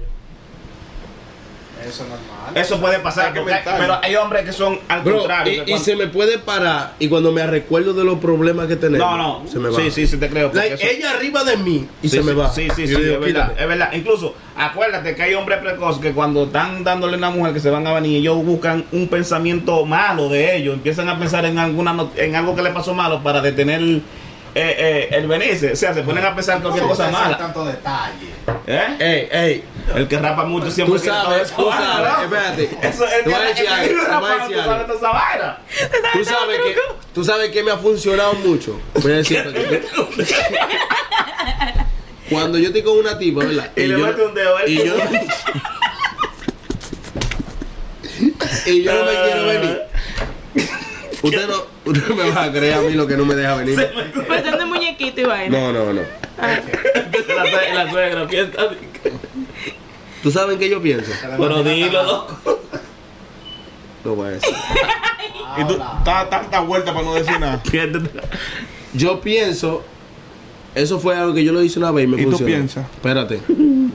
Speaker 2: Eso es normal.
Speaker 1: Eso puede pasar,
Speaker 3: Hay que
Speaker 1: porque hay-
Speaker 3: mental.
Speaker 1: pero hay hombres que son al
Speaker 5: Bro,
Speaker 1: contrario.
Speaker 5: y-
Speaker 1: que
Speaker 5: y,
Speaker 1: cuando-
Speaker 5: se me puede parar y cuando me recuerdo de los problemas que tenemos,
Speaker 1: No, no.
Speaker 5: se me va.
Speaker 1: sí, sí, sí, te creo. porque
Speaker 5: Like,
Speaker 1: eso-
Speaker 5: ella arriba de mí y
Speaker 1: Sí,
Speaker 5: se me
Speaker 1: sí,
Speaker 5: va.
Speaker 1: Sí, sí,
Speaker 5: Y
Speaker 1: sí,
Speaker 5: yo digo,
Speaker 1: es verdad,
Speaker 5: "Quítate".
Speaker 1: es verdad. Incluso, acuérdate que hay hombres precoces que cuando están dándole a una mujer que se van a venir, ellos buscan un pensamiento malo de ellos, empiezan a pensar en alguna no- en algo que le pasó malo para detener eh, eh, el venirse. O sea, se ponen a pensar cualquier
Speaker 2: No
Speaker 1: cosa
Speaker 2: ustedes son
Speaker 1: mala.
Speaker 2: tanto detalle.
Speaker 1: ¿Eh?
Speaker 5: Ey, ey,
Speaker 1: El que rapa mucho siempre
Speaker 5: tú
Speaker 1: tiene toda
Speaker 5: sabes,
Speaker 1: esa
Speaker 5: tú
Speaker 1: vaina,
Speaker 5: sabes,
Speaker 1: Ah, ¿no?
Speaker 5: espérate.
Speaker 1: Eso, el
Speaker 5: Te
Speaker 1: que,
Speaker 5: voy a
Speaker 1: el que
Speaker 5: decir algo,
Speaker 1: tiene
Speaker 5: te voy a
Speaker 1: rapa,
Speaker 5: decir
Speaker 1: tú sabes
Speaker 5: algo.
Speaker 1: toda esa vaina.
Speaker 5: Tú sabes que tú sabes que me ha funcionado mucho. Voy a decir, cuando yo estoy con una tipa, ¿verdad?
Speaker 1: Y le
Speaker 5: yo,
Speaker 1: mete un dedo, ¿eh?
Speaker 5: y yo y yo no me quiero venir. Usted no, usted no me va a creer a mí lo que no me deja venir.
Speaker 4: Pensando en muñequito y vaina.
Speaker 5: No, no, no.
Speaker 1: la, sue- la suegra piensa. así.
Speaker 5: ¿Tú sabes en qué yo pienso?
Speaker 1: Pero dilo, loco.
Speaker 5: No voy a decir.
Speaker 3: Y tú das tanta vuelta para no decir nada.
Speaker 5: Yo pienso. Eso fue algo que yo lo hice una vez y me
Speaker 3: ¿Y tú
Speaker 5: funcionó.
Speaker 3: piensas?
Speaker 5: Espérate,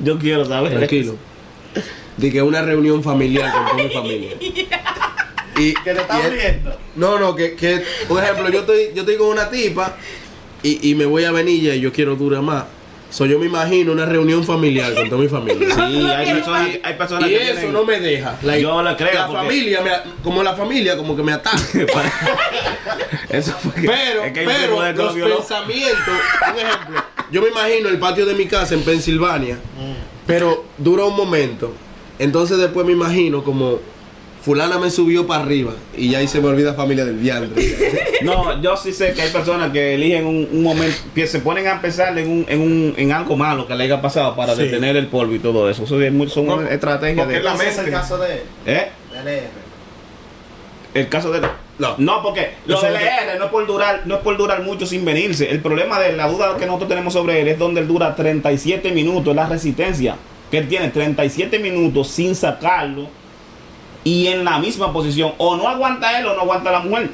Speaker 1: Yo quiero saber.
Speaker 5: tranquilo. Dije que una reunión familiar con toda mi familia. Y,
Speaker 2: Que te
Speaker 5: y
Speaker 2: estás
Speaker 5: el-
Speaker 2: viendo.
Speaker 5: No, no, que, que por ejemplo, yo estoy, yo estoy con una tipa y, y me voy a Venilla y yo quiero durar más. So, yo me imagino una reunión familiar con toda mi familia.
Speaker 1: Sí, hay personas, hay personas
Speaker 5: Y
Speaker 1: que
Speaker 5: eso
Speaker 1: tienen-
Speaker 5: no me deja. Like,
Speaker 1: Yo lo creo,
Speaker 5: La
Speaker 1: porque-
Speaker 5: familia, me a- como la familia, como que me ataca.
Speaker 1: Eso fue que-
Speaker 5: Pero,
Speaker 1: es que hay un tipo
Speaker 5: pero
Speaker 1: de que lo
Speaker 5: los
Speaker 1: violó.
Speaker 5: pensamientos, un ejemplo, yo me imagino el patio de mi casa en Pensilvania,
Speaker 1: Mm.
Speaker 5: pero dura un momento. Entonces después me imagino como fulana me subió para arriba y ya ahí se me olvida familia del diantre.
Speaker 1: No, yo sí sé que hay personas que eligen un, un momento, que se ponen a pensar en, un, en, un, en algo malo que le haya pasado para
Speaker 5: Sí.
Speaker 1: detener el polvo y todo eso. Eso es muy- son
Speaker 3: No,
Speaker 1: estrategias
Speaker 3: porque
Speaker 1: de...
Speaker 3: la-
Speaker 2: Ese es el
Speaker 3: mente.
Speaker 2: caso de él,
Speaker 1: ¿Eh?
Speaker 2: del R.
Speaker 1: El caso de...
Speaker 5: No.
Speaker 1: No, porque lo
Speaker 5: Eso
Speaker 1: del
Speaker 5: es
Speaker 1: ER no es por durar, no es por durar mucho sin venirse. El problema de la duda que nosotros tenemos sobre él es donde él dura 37 minutos, la resistencia. Que él tiene 37 minutos sin sacarlo y en la misma posición. O no aguanta él o no aguanta la mujer.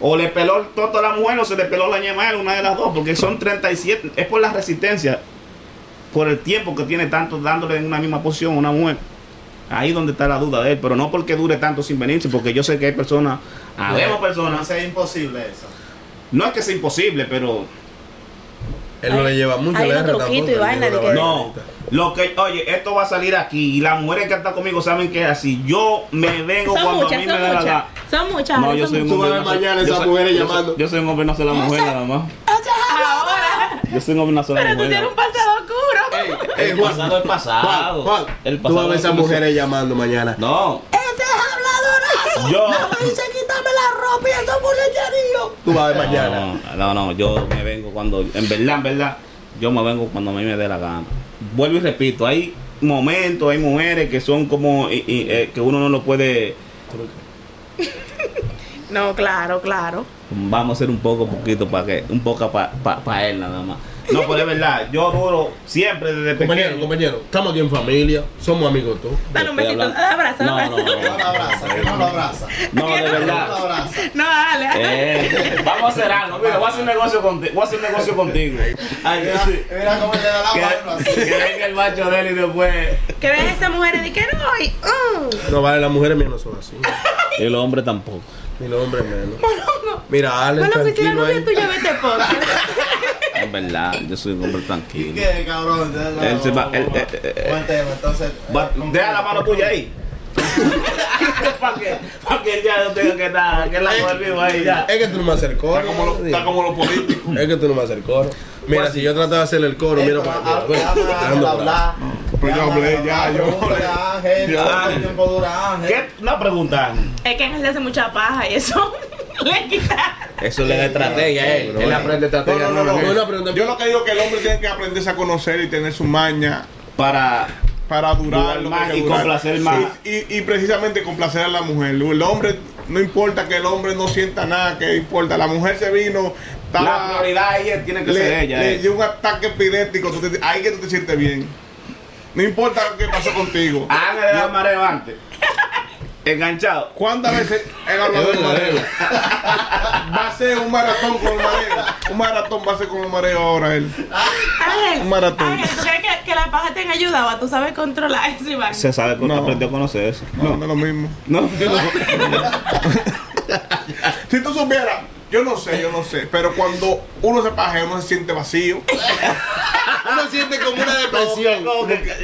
Speaker 1: O le peló el toto a la mujer o se le peló la ñema a él, una de las dos. Porque son 37, es por la resistencia. Por el tiempo que tiene tanto dándole en una misma posición a una mujer. Ahí es donde está la duda de él, pero no porque dure tanto sin venirse, porque yo sé que hay personas, habemos
Speaker 2: No
Speaker 1: personas,
Speaker 2: sea imposible eso.
Speaker 1: no es que sea imposible, pero
Speaker 5: Él no le lleva mucho,
Speaker 4: Hay
Speaker 5: le
Speaker 4: un
Speaker 5: agarra
Speaker 4: truquito
Speaker 5: tampoco,
Speaker 4: y vaina
Speaker 5: le lleva
Speaker 4: de
Speaker 5: la
Speaker 4: que-
Speaker 1: no.
Speaker 5: vainita.
Speaker 1: Lo que, oye, esto va a salir aquí y las mujeres que están conmigo saben que es así. Yo me vengo
Speaker 4: Son
Speaker 1: cuando a
Speaker 4: muchas,
Speaker 1: mí
Speaker 4: son
Speaker 1: me da la
Speaker 4: muchas.
Speaker 1: gana.
Speaker 4: Son muchas.
Speaker 1: No, yo
Speaker 4: son
Speaker 1: soy un
Speaker 5: Tú
Speaker 1: hombre.
Speaker 5: vas a ver
Speaker 1: no soy-
Speaker 5: mañana
Speaker 1: yo
Speaker 5: esas
Speaker 1: soy-
Speaker 5: mujeres
Speaker 1: yo soy-
Speaker 5: llamando.
Speaker 1: Yo soy un hombre, no soy la mujer nada más.
Speaker 4: Ahora.
Speaker 1: Yo soy un hombre, no soy la
Speaker 4: Pero tú
Speaker 1: mujer.
Speaker 4: tienes
Speaker 1: nada
Speaker 4: un
Speaker 1: más.
Speaker 4: pasado
Speaker 1: Eh,
Speaker 4: oscuro.
Speaker 5: Ey, ey, Eh, Juan,
Speaker 1: es pasado.
Speaker 5: Juan, Juan,
Speaker 1: El
Speaker 5: tú vas a
Speaker 1: pasado
Speaker 5: ver
Speaker 1: es
Speaker 5: esas
Speaker 1: como si-
Speaker 5: mujeres llamando mañana.
Speaker 1: No.
Speaker 4: Ese es habladorazo.
Speaker 1: Yo-
Speaker 4: ¡Ah! dice quítame la ropa y eso mulecherío.
Speaker 5: Tú vas a ver mañana.
Speaker 1: No, no, no, yo me vengo cuando, en verdad, en verdad, yo me vengo cuando a mí me dé la gana. Vuelvo y repito, hay momentos, hay mujeres que son como, y- y, eh, que uno no lo puede,
Speaker 4: No, claro, claro.
Speaker 1: vamos a hacer un poco, poquito para que, un poco para él nada más. No, pero es verdad, yo duro siempre desde
Speaker 5: Compañero,
Speaker 1: pequeño.
Speaker 5: compañero, estamos aquí en familia, somos amigos todos.
Speaker 4: Dale un besito.
Speaker 1: Estoy hablando-
Speaker 4: Dale abrazo.
Speaker 1: No,
Speaker 4: abrazo.
Speaker 1: no,
Speaker 2: Que no lo abraza, que no lo abraza.
Speaker 1: No, de
Speaker 2: Que no lo
Speaker 1: verdad.
Speaker 2: abraza.
Speaker 4: No, dale.
Speaker 1: Eh, vamos a hacer algo, mira, voy a hacer un negocio contigo. Voy a hacer un negocio contigo. Ay,
Speaker 2: Mira,
Speaker 1: que,
Speaker 2: mira cómo le da la mano así.
Speaker 1: que venga el macho de él y después.
Speaker 4: Que vean esas mujeres y que no. Y, mm.
Speaker 5: No vale, las mujeres mías no son así.
Speaker 1: El hombre tampoco.
Speaker 5: Ni los hombres menos. Mira, Ale,
Speaker 4: Bueno, pues si la
Speaker 5: tranquilo
Speaker 4: novia
Speaker 5: ahí.
Speaker 4: tuya vete pues. poco.
Speaker 1: Ah, Es verdad, yo soy un hombre tranquilo.
Speaker 2: ¿Qué, cabrón? Te da la-
Speaker 1: Él se va- él-
Speaker 2: Buen
Speaker 1: eh, eh,
Speaker 2: tema, entonces.
Speaker 1: Va-
Speaker 2: eh, con-
Speaker 1: deja la mano tuya ahí. para que, pa' que ya no tenga que estar, que la mujer viva ahí ya.
Speaker 5: Es que tú no me haces el coro.
Speaker 3: Está como lo, está como Pues lo político.
Speaker 5: Es que tú no me haces el coro. Mira, si yo trataba de hacer el coro,
Speaker 2: Eh,
Speaker 5: mira
Speaker 2: pero
Speaker 5: para
Speaker 2: ha-
Speaker 5: allá. ven,
Speaker 2: habla,
Speaker 5: te
Speaker 2: habla,
Speaker 5: ando abrazo.
Speaker 2: habla.
Speaker 3: Pero yo
Speaker 2: Habla,
Speaker 3: hablé, ya,
Speaker 2: habla,
Speaker 3: yo
Speaker 2: ¿cuánto
Speaker 3: hablé.
Speaker 2: dura, Ángel?
Speaker 3: Ya.
Speaker 2: ¿Cuánto tiempo dura, Ángel?
Speaker 1: ¿Qué? Una pregunta.
Speaker 4: es que Ángel le hace mucha paja y eso le quita.
Speaker 1: Eso
Speaker 3: Eh,
Speaker 1: le da estrategia a él.
Speaker 5: Él aprende estrategia.
Speaker 3: No, no, no,
Speaker 5: nueva.
Speaker 3: no.
Speaker 5: Una pregunta-
Speaker 3: Yo lo que digo es que el hombre tiene que aprenderse a conocer y tener su maña
Speaker 1: Para.
Speaker 3: para durar
Speaker 1: Durar
Speaker 3: lo que
Speaker 1: más
Speaker 3: hay que
Speaker 1: y
Speaker 3: durar.
Speaker 1: complacer más.
Speaker 3: Y, y- y precisamente complacer a la mujer. El hombre, no importa que el hombre no sienta nada, que importa. La mujer se vino, estaba-
Speaker 1: La prioridad ahí es- tiene que ser
Speaker 3: le,
Speaker 1: ella.
Speaker 3: le
Speaker 1: eh.
Speaker 3: dio un ataque epiléptico. tú te- ahí que tú te sientes bien. No importa lo que pasó contigo.
Speaker 1: Ah, me da mareo antes. Enganchado.
Speaker 3: ¿Cuántas veces el hablador
Speaker 5: Es verdad,
Speaker 3: mareo?
Speaker 5: es
Speaker 3: Va a ser un maratón con el mareo. Un maratón va a ser con el mareo ahora él.
Speaker 4: Ángel.
Speaker 3: Un maratón.
Speaker 4: Ángel, ¿tú crees que, que la paja te ayudaba? tú sabes controlar eso, Iván?
Speaker 1: Se sabe que
Speaker 3: No.
Speaker 1: aprendió a conocer eso.
Speaker 3: No, no es lo mismo.
Speaker 1: No,
Speaker 3: Si tú supieras, yo no sé, yo no sé, pero cuando uno se pajea, uno se siente vacío.
Speaker 5: Uno siente como una depresión.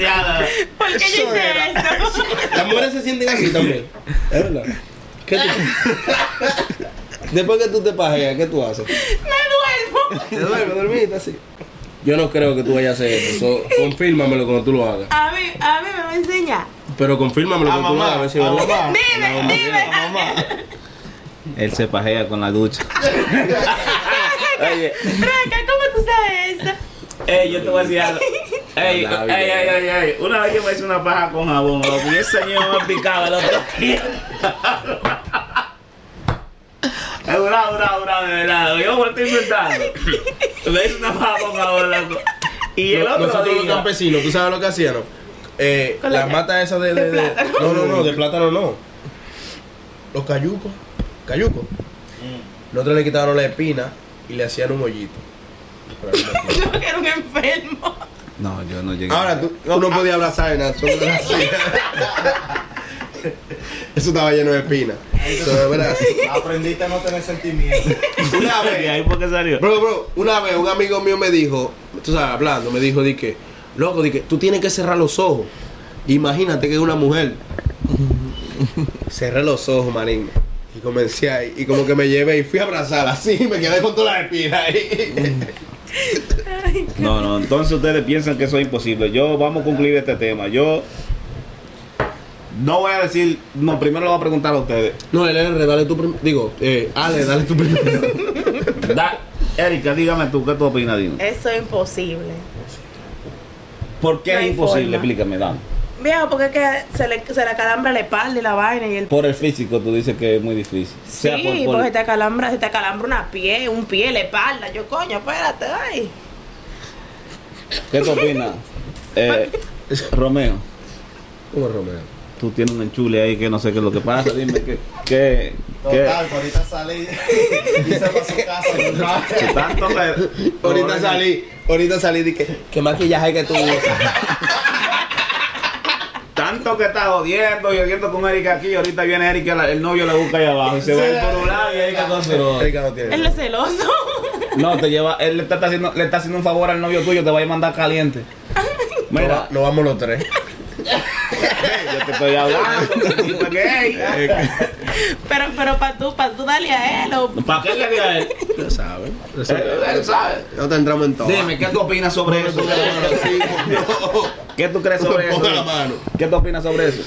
Speaker 1: Ya,
Speaker 4: ¿Por qué yo
Speaker 3: Eso
Speaker 4: hice
Speaker 3: era,
Speaker 4: eso?
Speaker 5: Las mujeres se sienten así también. Es verdad. ¿Qué tú- Después que tú te pajeas, ¿qué tú haces?
Speaker 4: Me duermo.
Speaker 5: Te duermes, dormiste así. Yo no creo que tú vayas a hacer eso. So, confírmamelo cuando tú lo hagas.
Speaker 4: A mí, a mí me va a enseñar.
Speaker 5: Pero confírmamelo
Speaker 3: A
Speaker 5: cuando tú lo hagas. A
Speaker 3: mamá,
Speaker 5: ver si es
Speaker 3: a
Speaker 5: verdad.
Speaker 3: mamá.
Speaker 4: Dime, dime.
Speaker 1: Él se pajea con la ducha. Oye,
Speaker 4: Rebeca, ¿cómo tú sabes eso?
Speaker 1: eh, yo te voy a decir algo. Ey,
Speaker 5: Andaba
Speaker 1: ey, ey, ey, ey, una vez yo me hice una paja con jabón, loco, y ese señor me picaba el otro día. Es una, una, una, de verdad, yo me estoy inventando. Me hice una paja con jabón, loco. Y el
Speaker 5: No-
Speaker 1: otro
Speaker 5: Nosotros los
Speaker 1: día...
Speaker 5: campesinos, ¿tú sabes lo que hacían? Eh,
Speaker 4: Con la
Speaker 5: las
Speaker 4: ca-
Speaker 5: matas esas de, de-
Speaker 4: de
Speaker 5: de-
Speaker 4: plátano.
Speaker 5: No, no, no, de plátano no. Los cayucos. Cayucos.
Speaker 1: Mm.
Speaker 5: Nosotros le quitaron la espina y le hacían un hoyito.
Speaker 4: Yo que era un enfermo.
Speaker 1: No, yo no llegué.
Speaker 5: Ahora tú, tú no ah. podías abrazar nada, solo era así. Eso estaba lleno de espinas. Eso era así.
Speaker 2: Aprendiste a no tener sentimientos.
Speaker 5: Una
Speaker 1: ¿Y
Speaker 5: vez,
Speaker 1: ahí por qué salió?
Speaker 5: Bro, bro, una vez un amigo mío me dijo, tú sabes, hablando, me dijo, di que, loco, di que tú tienes que cerrar los ojos. Imagínate que es una mujer. Cerré los ojos, marín. Y comencé ahí, y como que me llevé y fui a abrazar así, y me quedé con todas las espinas ahí.
Speaker 1: No, no, entonces ustedes piensan que eso es imposible. Yo, vamos a concluir este tema. Yo... No voy a decir... No, primero lo voy a preguntar a ustedes.
Speaker 5: No, LR, dale tu primero. Digo, eh, Ale, dale tu primero.
Speaker 1: Da, Erika, dígame tú, ¿qué tú opinas, Dino?
Speaker 4: Eso es imposible.
Speaker 1: ¿Por qué
Speaker 4: No
Speaker 1: es
Speaker 4: hay
Speaker 1: imposible?
Speaker 4: forma.
Speaker 1: Explícame, Dan.
Speaker 4: Viejo, porque es que se le, se le acalambra la espalda y la vaina y el...
Speaker 1: Por el físico, tú dices que es muy difícil.
Speaker 4: Sí, porque te acalambra, se te acalambra una pie, un pie, la espalda. Yo, coño, espérate, ay.
Speaker 1: ¿Qué tú opinas? Eh, Romeo,
Speaker 5: ¿Cómo Romeo?
Speaker 1: tú tienes un enchule ahí que no sé qué es lo que pasa. Dime qué. qué, qué
Speaker 2: Total, que ahorita sale y, y se va a su casa. y va.
Speaker 1: si tanto me-
Speaker 5: Ahorita salí, ahorita salí, di que, que maquillaje que tú usas.
Speaker 1: Tanto que está jodiendo y jodiendo con Erika aquí. y Ahorita viene Erika, la- el novio la busca ahí abajo. Y se va
Speaker 2: Sí.
Speaker 1: él por un lado y Erika con su otro.
Speaker 5: Erika no tiene.
Speaker 4: Él es celoso.
Speaker 1: No, te lleva. Él le está, está haciendo, le está haciendo un favor al novio tuyo. Te va a mandar caliente.
Speaker 5: Nos
Speaker 1: Mira,
Speaker 5: va- nos vamos los tres.
Speaker 1: yo te estoy hablando. tipo es gay.
Speaker 5: Eh,
Speaker 4: pero pero para tú, para tú darle a él o...
Speaker 1: ¿Para qué le diga a él?
Speaker 5: Ya saben. ya saben.
Speaker 1: Él sabe.
Speaker 5: No te entramos en todo.
Speaker 1: Dime, ¿qué tú opinas sobre eso? ¿Qué tú crees sobre eso?
Speaker 5: Ponga la mano.
Speaker 1: ¿Qué tú opinas sobre eso?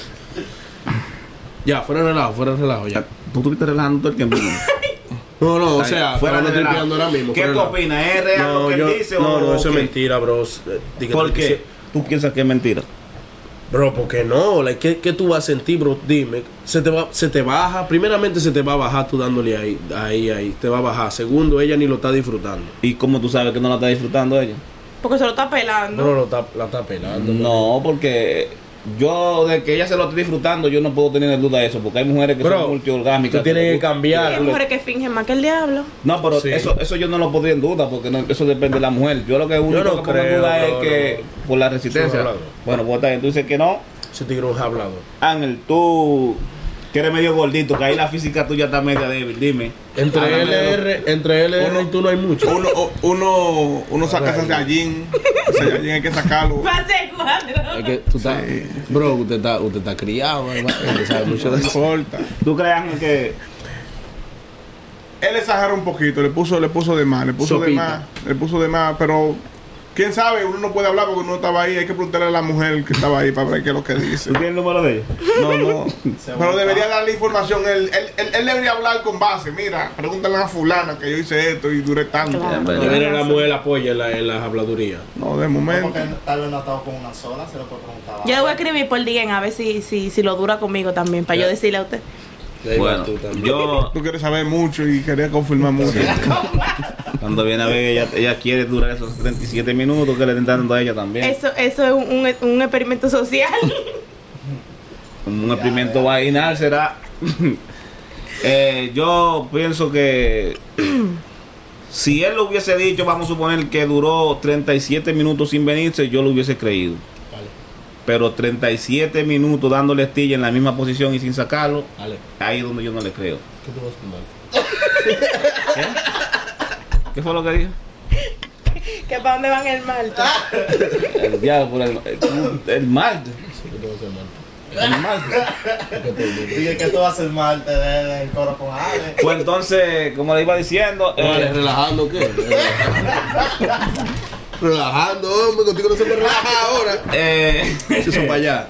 Speaker 5: Ya, fuera de relajo, fuera de relajo, ya.
Speaker 1: Tú estuviste relajando todo el tiempo.
Speaker 5: No, no, o sea, fuera
Speaker 1: de
Speaker 5: no estoy
Speaker 1: relajo.
Speaker 5: peleando ahora mismo.
Speaker 1: ¿Qué
Speaker 5: fuera
Speaker 1: tú
Speaker 5: de relajo.
Speaker 1: opinas? ¿Es real lo
Speaker 5: No,
Speaker 1: que
Speaker 5: yo-
Speaker 1: él dice o
Speaker 5: no, no, eso
Speaker 1: qué?
Speaker 5: es mentira, bro. Eh, di que-
Speaker 1: ¿Por
Speaker 5: di que
Speaker 1: qué?
Speaker 5: sí.
Speaker 1: ¿Tú piensas que es mentira?
Speaker 5: Bro, ¿por qué no? Like, ¿qué, qué tú vas a sentir, bro? Dime. Se te, va, se te baja. Primeramente, se te va a bajar tú dándole ahí, ahí, ahí. Te va a bajar. Segundo, ella ni lo está disfrutando.
Speaker 1: ¿Y cómo tú sabes que no la está disfrutando ella?
Speaker 4: Porque se lo está pelando.
Speaker 5: Bro, lo está, la está pelando.
Speaker 1: No, porque yo de que ella se lo esté disfrutando, yo no puedo tener duda de eso, porque hay mujeres que
Speaker 5: Bro,
Speaker 1: son multiorgámicas.
Speaker 5: tú tienes que cambiar.
Speaker 4: Hay mujeres que fingen más que el diablo.
Speaker 1: No, pero
Speaker 5: Sí.
Speaker 1: eso, eso yo no lo podría en duda, porque no- eso depende de la mujer. Yo lo que único
Speaker 5: no
Speaker 1: que pongo en
Speaker 5: creo,
Speaker 1: duda es
Speaker 5: no,
Speaker 1: que por la resistencia.
Speaker 5: hablando.
Speaker 1: Bueno, pues está bien, tú dices que no.
Speaker 5: Ese tigre es un hablado.
Speaker 1: Ángel, tú que eres medio gordito, que ahí la física tuya está media débil, dime.
Speaker 5: Entre
Speaker 1: Háblame de
Speaker 5: LR, entre LR y tú no hay mucho.
Speaker 3: Uno, o- uno, uno saca ese gallín. Ese gallín hay que sacarlo.
Speaker 4: Pase cuatro.
Speaker 5: Es que tú estás, bro, usted está, usted está criado, hermano. Usted sabe mucho
Speaker 3: No
Speaker 5: de eso.
Speaker 3: importa.
Speaker 1: ¿Tú crees, Ángel, que
Speaker 3: Él exageró un poquito, le puso, le puso de más, le puso de
Speaker 5: Sopita.
Speaker 3: más, le puso de más, pero quién sabe, uno no puede hablar porque uno no estaba ahí, hay que preguntarle a la mujer que estaba ahí para ver qué es lo que dice.
Speaker 1: tú tienes el número de ella?
Speaker 3: No, no.
Speaker 2: Se
Speaker 3: Pero
Speaker 2: busca.
Speaker 3: debería darle información. Él, él, él, él debería hablar con base. Mira, pregúntale a fulana que yo hice esto y duré tanto.
Speaker 4: Claro.
Speaker 5: Debería la mujer apoya en, la, en las habladurías.
Speaker 3: No, de
Speaker 2: No,
Speaker 3: momento.
Speaker 2: Porque tal vez no ha estado con una sola, se lo puede preguntar. a
Speaker 4: Yo le voy a
Speaker 2: otra.
Speaker 4: escribir por DM a ver si, si, si lo dura conmigo también, para
Speaker 5: Ya.
Speaker 4: yo decirle a usted.
Speaker 1: Bueno, yo
Speaker 3: Tú quieres saber mucho y quería confirmar mucho.
Speaker 1: cuando viene a ver, ella, ella quiere durar esos 37 minutos que le están dando a ella también.
Speaker 4: Eso, eso es un, un- un experimento social.
Speaker 1: un experimento vaginal será. Eh, yo pienso que si él lo hubiese dicho, vamos a suponer que duró 37 minutos sin venirse, yo lo hubiese creído. Pero 37 minutos dándole estilla en la misma posición y sin sacarlo,
Speaker 5: Ale,
Speaker 1: ahí es donde yo no le creo.
Speaker 5: ¿qué tú vas a fumar?
Speaker 1: ¿Qué fue lo que dijo?
Speaker 4: que para dónde van el malta.
Speaker 5: Ah.
Speaker 1: El diablo, por el, el, el mal.
Speaker 5: ¿Qué tú vas a fumar?
Speaker 1: El mal.
Speaker 5: ¿Qué te olvides?
Speaker 2: Dije que esto va a ser mal, te de- del coro con Ale.
Speaker 1: Pues entonces, como le iba diciendo, eh,
Speaker 5: Vale, relajando, ¿qué? relajando, hombre, contigo no se me relaja ahora.
Speaker 1: eh,
Speaker 5: Eso son para allá.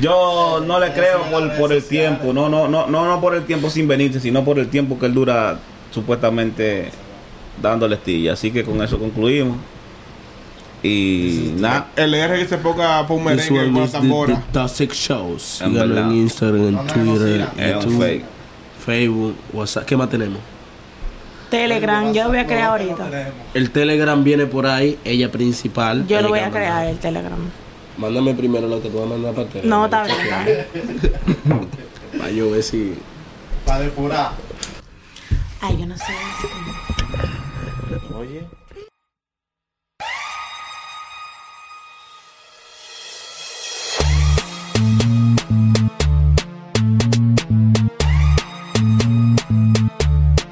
Speaker 1: Yo no le
Speaker 2: Eso
Speaker 1: creo
Speaker 2: en
Speaker 1: por,
Speaker 2: las
Speaker 1: por el
Speaker 2: redes sociales.
Speaker 1: tiempo, no, no, no, no, no por el tiempo sin venirse, sino por el tiempo que él dura supuestamente dándole estilla. Así que con eso concluimos. Y nada.
Speaker 3: El R que se ponga por un merengue con la tambora.
Speaker 5: Toxic Shows.
Speaker 1: En
Speaker 5: Síganlo
Speaker 1: verdad.
Speaker 5: en Instagram, en
Speaker 2: No, no, no,
Speaker 5: Twitter,
Speaker 2: sí,
Speaker 1: Es un
Speaker 5: YouTube,
Speaker 1: fake.
Speaker 5: Facebook, WhatsApp. ¿Qué más tenemos?
Speaker 4: Telegram, yo lo voy a crear ahorita.
Speaker 2: tenemos.
Speaker 5: El Telegram viene por ahí, ella principal.
Speaker 4: Yo lo voy a
Speaker 5: Telegram,
Speaker 4: crear
Speaker 5: ¿no?
Speaker 4: el Telegram.
Speaker 5: Mándame primero lo que tú vas a mandar para Telegram.
Speaker 4: No, está bien, está bien.
Speaker 5: Para yo ver si.
Speaker 2: Para depurar.
Speaker 4: Ay, yo no sé. eso.
Speaker 2: Oye.